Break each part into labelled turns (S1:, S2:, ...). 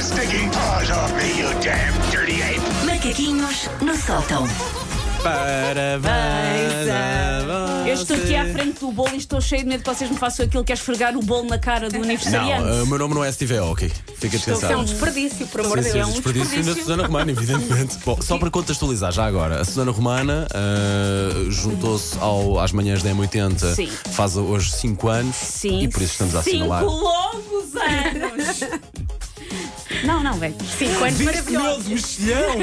S1: sticking paws off me, you damn dirty ape!
S2: Macaquinhos no sótão.
S3: Parabéns a
S4: Eu estou aqui à frente do bolo e estou cheio de medo que vocês me façam aquilo que é esfregar o bolo na cara do aniversariante.
S3: Não, o meu nome não é Steve Aoki. Fica
S4: Isso é
S3: descansado.
S4: um desperdício, por amor de
S3: Sim, é um sim,
S4: Deus. é um
S3: desperdício da Susana Romana, evidentemente. Bom, só para contextualizar já agora, a Susana Romana ah, juntou-se ao- às manhãs da M80,
S4: Sim.
S3: faz hoje 5 anos
S4: Sim.
S3: e por isso estamos a
S4: Cinco
S3: assinalar.
S4: longos anos! Não, não, velho. Cinco anos maravilhosos.
S3: mexilhão!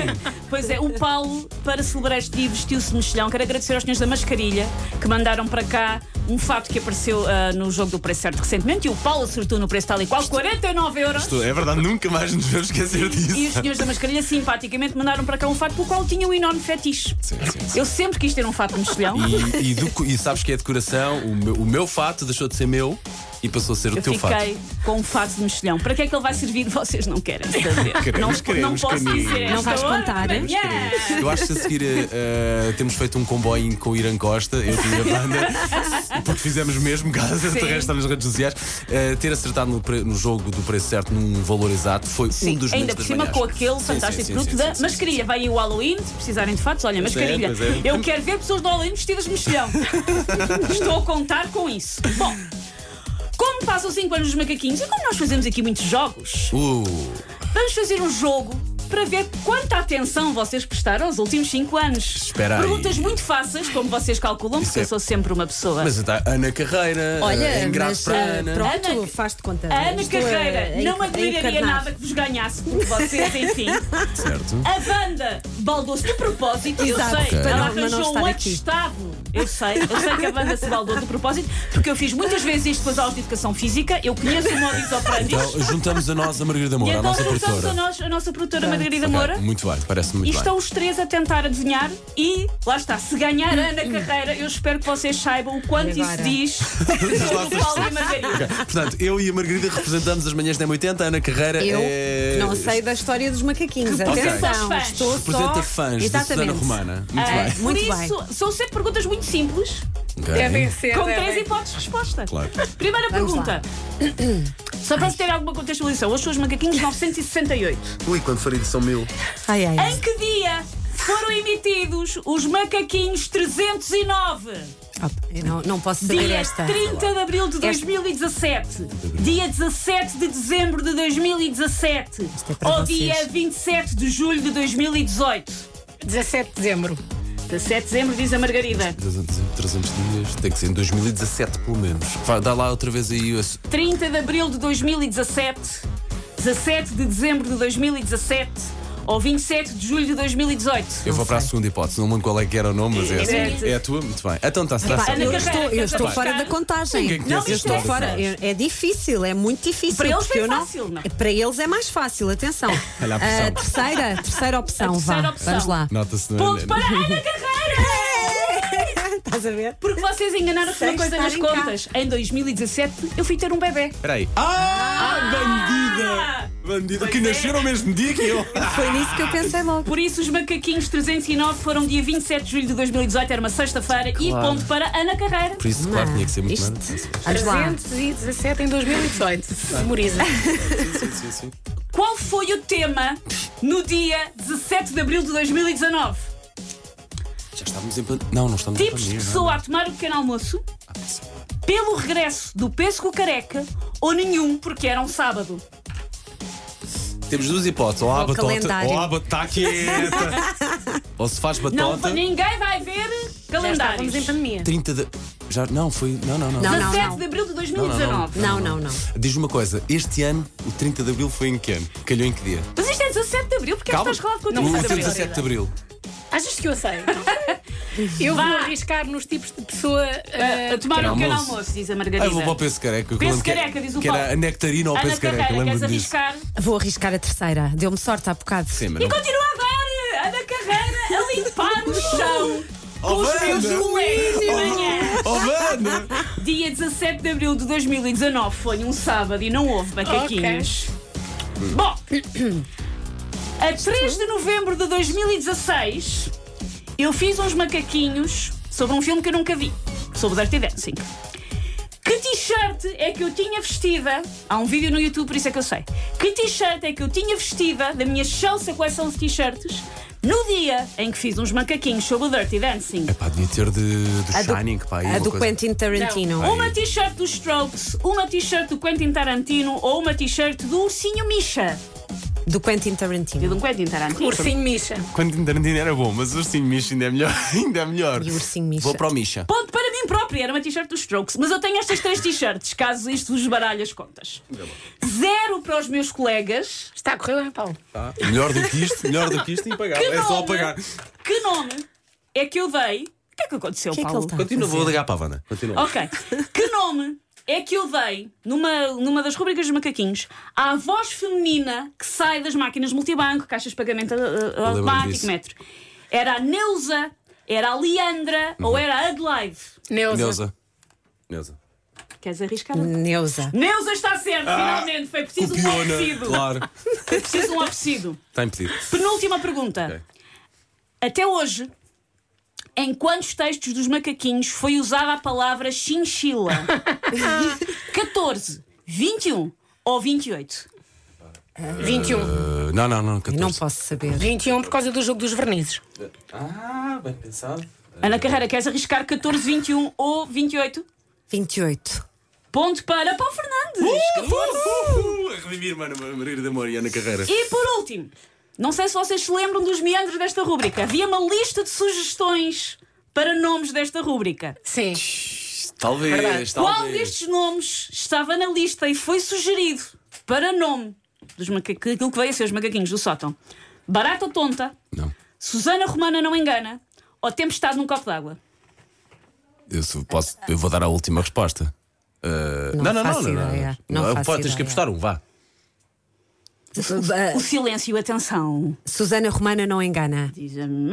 S4: Pois é, o Paulo, para celebrar este dia, vestiu-se de mexilhão. Quero agradecer aos senhores da Mascarilha que mandaram para cá um fato que apareceu ah, no jogo do Preço Certo recentemente e o Paulo acertou no preço tal e qual, 49 euros.
S3: É verdade, nunca mais nos vamos esquecer disso.
S4: E os senhores da mascarilha simpaticamente mandaram para cá um fato pelo qual tinha um enorme fetiche.
S3: Sim, sim, sim.
S4: Eu sempre quis ter um fato de mexilhão.
S3: E, e do- e sabes que é decoração, o meu, o meu fato deixou de ser meu e passou a ser o
S4: Eu
S3: teu fato.
S4: fiquei com um fato de mexilhão. Para que é que ele vai servir? Vocês não querem saber.
S1: Queremos,
S4: não,
S1: queremos,
S4: não posso
S1: caminho.
S4: dizer.
S5: Não
S4: esta
S5: vais
S4: hora,
S5: contar,
S4: mas-
S5: queremos,
S4: Yeah.
S3: Eu acho que a seguir eh, eh, temos feito um comboio com o Irã Costa, eu e a banda, porque fizemos mesmo, caso de resto está nas redes sociais. Eh, ter acertado no, pre- no jogo do preço certo num valor exato foi um dos
S4: Ainda
S3: momentos
S4: por
S3: das
S4: cima
S3: manhãs.
S4: com aquele
S3: Sim,
S4: fantástico
S3: sim, sim,
S4: produto
S3: sim,
S4: da
S3: sim, sim,
S4: mascarilha. Vai aí o Halloween, se precisarem de fatos, olha,
S3: Pois é,
S4: mascarilha.
S3: pois é.
S4: Eu quero ver pessoas do Halloween vestidas de mexilhão. Estou a contar com isso. Bom, como passam 5 anos dos macaquinhos e como nós fazemos aqui muitos jogos,
S3: Uh,
S4: Vamos fazer um jogo para ver quanta atenção vocês prestaram aos últimos 5 anos.
S3: Espera aí.
S4: Perguntas muito fáceis, como vocês calculam,
S3: Isso
S4: porque
S3: é-
S4: eu sou sempre uma pessoa.
S3: mas está Ana Carreira, eh,
S5: Olha,
S3: em graça
S5: mas,
S3: para
S5: eh,
S3: Ana.
S5: pronto,
S4: Ana-
S5: faz-te conta.
S4: A Ana
S5: Estou a-
S4: Carreira
S5: a
S4: não
S5: enca- a
S4: admiraria
S5: encarnar.
S4: nada que vos ganhasse, porque vocês, enfim.
S3: Certo?
S4: A banda baldou-se de propósito,
S5: Exato,
S4: eu sei.
S5: para
S4: Ela
S5: não- para não
S4: arranjou
S5: estar
S4: um
S5: aqui.
S4: atestado. Eu sei, eu sei que a banda se baldou de propósito, porque eu fiz muitas vezes isto com as aulas de educação física, eu conheço o modus operandi.
S3: Então juntamos a nós a Margarida
S4: E
S3: Moura, a
S4: então
S3: nossa
S4: juntamos
S3: produtora.
S4: a, nós, a nossa produtora Margarida
S3: Ok,
S4: Moura.
S3: Muito bem, parece-me
S4: E
S3: muito
S4: estão os três a tentar adivinhar e lá está, se ganhar a Ana Carreira, eu espero que vocês saibam o quanto
S5: E agora?
S4: isso diz
S3: bem.
S4: sobre o Paulo e a Margarida.
S3: Portanto, eu e a Margarida representamos as manhãs da M80, a Ana Carreira
S5: Eu
S3: é.
S5: não sei da história dos macaquinhos.
S3: Ok.
S5: Atenção,
S4: Fãs.
S5: estou
S3: Representa
S5: só...
S3: fãs de Susana
S5: Exatamente.
S3: Romana. Muito
S4: Ah,
S3: bem.
S4: por
S5: Muito
S4: isso, são sempre perguntas muito simples,
S3: Ok.
S6: Devem ser.
S4: com
S6: devem.
S4: três hipóteses de resposta.
S3: Claro.
S4: Primeira
S5: Vamos
S4: pergunta. Só para se ter alguma contextualização, hoje são os macaquinhos 968.
S3: Ui, quando for edição mil.
S5: Ai, ai.
S4: Em que dia foram emitidos os macaquinhos 309?
S5: Ah, eu não, não posso saber
S4: Dia
S5: esta.
S4: 30 de abril de 2017, dia 17 de dezembro de 2017
S5: é para
S4: ou
S5: vocês.
S4: dia 27 de julho de 2018.
S6: 17 de dezembro.
S3: Tá
S4: 17 de dezembro, diz a Margarida.
S3: 300 dias. Tem que ser em 2017, pelo menos. Vá, Dá lá outra vez aí. esse-
S4: 30 de abril de 2017, 17 de dezembro de 2017 ou 27 de julho de 2018.
S3: Eu vou para a segunda hipótese. Não lembro qual é que era o nome, mas é essa.
S4: Exato.
S3: É a tua? Muito bem. Então está-se.
S5: Pá,
S3: Está
S4: Ana
S5: eu
S4: Carreira,
S5: estou, eu
S4: quer
S5: estou fora
S4: buscar?
S5: da contagem.
S3: Ninguém conhece
S4: Não,
S3: esta
S4: isto
S5: Estou
S4: é-
S5: fora. Eu- É difícil, é muito difícil.
S4: Para eles
S5: porque
S4: é
S5: eu não,
S4: fácil, não?
S5: Para eles é mais fácil, atenção.
S3: Olha a opção.
S5: Ah, terceira, terceira opção,
S4: terceira
S5: vá.
S4: opção.
S5: Vamos lá.
S3: Nota-se na
S4: Ponto para a Ana Carreira!
S5: Estás a ver?
S4: Porque vocês enganaram-se
S5: Sem
S4: uma coisa nas
S5: estarem cá.
S4: contas. Em 2017 eu fui ter um bebê.
S3: Espera aí. Ah, bandida! Bandida que
S4: Pois é.
S3: nasceu no mesmo dia que eu.
S5: Foi nisso que eu pensei logo.
S4: Por isso, os macaquinhos 309 foram dia 27 de julho de 2018, era uma sexta-feira, e ponto para Ana Carreira.
S3: Por isso, claro, tinha que ser muito
S5: Ah, Isto-
S3: mal. Sim, sim,
S5: Vamos lá.
S6: 317 em 2018. Memoriza.
S3: sim, sim, sim.
S4: Qual foi o tema no dia 17 de abril de 2019?
S3: Já estávamos em plan... Não, não é? estamos
S4: Tipos
S3: em
S4: de
S3: pandemia,
S4: pessoa a tomar o pequeno almoço?
S3: não.
S4: Pelo regresso do pêssego careca ou nenhum, porque era um sábado?
S3: Temos duas hipóteses. Ou há
S5: o
S3: batota.
S5: calendário.
S3: Ou há batota. Está quieta. ou se faz
S4: Não,
S3: batota.
S4: ninguém vai ver
S6: Já estávamos em
S4: calendários.
S6: pandemia.
S3: 30 de. Já, não, foi. Não, não, não.
S5: Não,
S4: 17 de abril de 2019.
S5: Não, não, não.
S3: Diz-me uma coisa, este ano, o 30 de Abril foi em que ano? Calhou em que dia?
S4: Mas isto é 17 de abril, porque é que estás calado com o
S3: não, o
S4: 17 de abril?
S3: 17 de Abril.
S6: Achas que eu sei? Eu vou
S4: Vá.
S6: arriscar nos tipos de pessoa.
S4: A, a
S6: ah,
S4: eh,
S3: Pequeno
S4: tomar o pequeno
S3: É, almoço.
S4: almoço, diz a
S3: Ah,
S4: Margarida.
S3: eu vou para o Peço Careca.
S4: Penso
S3: lembro que-
S4: careca, diz o
S3: Que
S4: Paulo.
S3: era a nectarina ou o
S4: Ana
S3: Peço Careca,
S4: Carreira, queres
S3: lembro-me disso.
S4: arriscar?
S5: Vou arriscar a terceira. Deu-me sorte há bocado.
S3: Sim, mas
S4: E
S3: não...
S4: continua a dar eh, Ana Carreira a limpar o chão com
S3: Oh,
S4: os
S3: Wanda!
S4: seus colegas de manhã.
S3: Oh, Wanda!
S4: Dia 17 de abril de 2019 foi um sábado e não houve macaquinhos. Bom, a 3 de novembro de 2016 eu fiz uns macaquinhos sobre um filme que eu nunca vi, sobre o Dirty Dancing. Que t-shirt t-shirt é que eu tinha vestida? Há um vídeo no YouTube, por isso é que eu sei. Que t-shirt é que eu tinha vestida da minha excelsa coleção de t-shirts no dia em que fiz uns macaquinhos sobre o Dirty Dancing?
S3: Pá, devia ter de, do
S5: A do,
S3: Shining, pá. aí
S5: a
S3: uma
S5: do
S3: coisa.
S5: Quentin Tarantino.
S3: Não.
S4: Então, Uma t-shirt dos Strokes, uma t-shirt do Quentin Tarantino ou uma t-shirt do Ursinho Misha?
S5: Do Quentin
S4: E
S5: Tarantino.
S4: do Quentin Tarantino.
S6: Ursinho Misha.
S3: Quentin Tarantino era bom, mas o ursinho Misha ainda é melhor. ainda é melhor.
S5: E o ursinho Misha.
S3: Vou para o Misha.
S4: Ponto para mim própria, era uma t-shirt dos Strokes. Mas eu tenho estas três t-shirts, caso isto vos baralhe as contas. Zero para os meus colegas.
S6: Está a correr bem, Paulo?
S3: Tá. Melhor do que isto, melhor do que isto, impagável.
S4: Que
S3: É só
S4: nome?
S3: apagar.
S4: Que nome é que eu dei? O que é que aconteceu,
S5: O que é que
S4: Paulo?
S5: ele tá?
S3: Continua, vou ligar para a Wanda. Continua.
S4: Ok. Que nome é que eu dei numa, numa das rubricas dos macaquinhos à voz feminina que sai das máquinas multibanco, caixas de pagamento uh, uh,
S3: disso.
S4: automático, metro? Era a Neuza, era a Leandra
S3: Uhum.
S4: ou era a Adelaide? Oh,
S6: Neuza.
S3: Neuza. Neuza.
S4: Queres arriscar?
S5: Neuza.
S4: Neuza está certo, finalmente. Foi preciso um
S3: Copiona,
S4: oferecido.
S3: Ah, claro.
S4: Foi preciso um oferecido.
S3: Está impedido.
S4: Penúltima pergunta.
S3: Ok.
S4: Até hoje, em quantos textos dos macaquinhos foi usada a palavra chinchila? 14, 21 ou 28?
S6: 21.
S3: Uh, não, não, não.
S5: Eu não
S3: 14.
S5: posso saber.
S6: 21 por causa do jogo dos vernizes.
S3: Ah, bem pensado.
S4: Ana Carreira, queres arriscar 14, 21 ou 28?
S5: 28.
S4: Ponto para Paulo Fernandes.
S3: Uh, a reviver, mano, a Maria de Amor e Ana Carreira.
S4: E por último, não sei se vocês se lembram dos meandros desta rúbrica. Havia uma lista de sugestões para nomes desta rúbrica.
S6: Sim.
S3: Talvez,
S4: Qual destes nomes estava na lista e foi sugerido para nome dos macaquinhos, aquilo que veio a ser os macaquinhos do sótão? Barata ou tonta?
S3: Não.
S4: Susana Romana não engana? Ou tempestade num copo d'água?
S3: Eu, sou- posso, eu vou dar a última resposta. Uh, não, não, não,
S5: faço
S3: não, não,
S5: ideia.
S3: não.
S5: Não
S3: Ah,
S5: faço
S3: pá, tens que
S5: ideia.
S3: apostar um, vá.
S4: O silêncio, atenção.
S5: eh, Susana Romana não engana.
S4: Diz-me.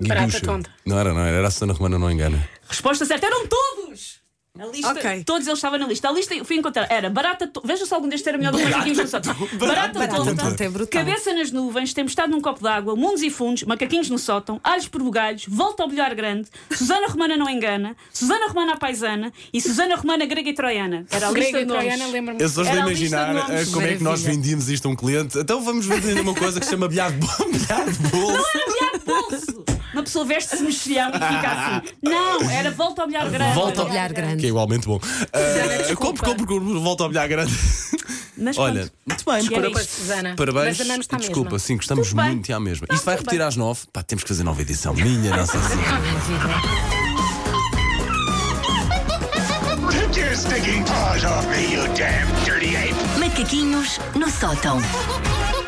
S6: Barata
S3: Guiducha.
S6: tonta.
S3: Não era, não era. Era a Susana Romana, não engana.
S4: Resposta certa eram todos! A lista,
S5: Ok.
S4: Todos eles estavam na lista. A lista eu fui encontrar. Era barata. To... Veja se algum destes era melhor do que os macaquinhos do sótão. Barata,
S5: Barata
S4: tonta,
S5: tonta é brutal.
S4: cabeça nas nuvens, tempestade num copo d'água, mundos e fundos, macaquinhos no sótão, alhos por bugalhos, volta ao bilhar grande, Susana Romana não engana, Susana Romana à paisana e Susana Romana grega e troiana. Era a lista
S6: Grega
S4: de
S6: e Troiana,
S4: nomes.
S6: lembra-me.
S3: Eu só estou a
S4: Era a lista
S3: imaginar
S4: de nomes.
S3: eh, como é que nós
S5: Maravilha.
S3: vendíamos isto a um cliente. Então vamos vender uma coisa que se chama bilhar de bolo. Bilhar de bolo.
S4: Bilhar de bolso! Uma pessoa veste-se mexilhão e fica assim. Não, era volta ao bilhar grande.
S3: Volta ao
S5: Olhar grande.
S3: Que é igualmente bom. Uh,
S6: desculpa.
S3: compre, compre, compre, volta ao bilhar grande.
S4: Mas
S3: Olha,
S4: pronto.
S3: muito bem,
S4: E era
S6: Desculpa,
S4: isto.
S6: Susana.
S3: Parabéns.
S6: Mas amamos-te à
S3: Desculpa,
S6: mesma.
S3: sim, gostamos
S4: Tudo bem. Tá
S3: muito e à mesma. Isto vai
S4: tudo
S3: repetir às nove. Pá, temos que fazer nova edição. Minha nossa senhora.
S1: Take your stinking paws off me, you damn dirty ape!
S2: Macaquinhos no sótão.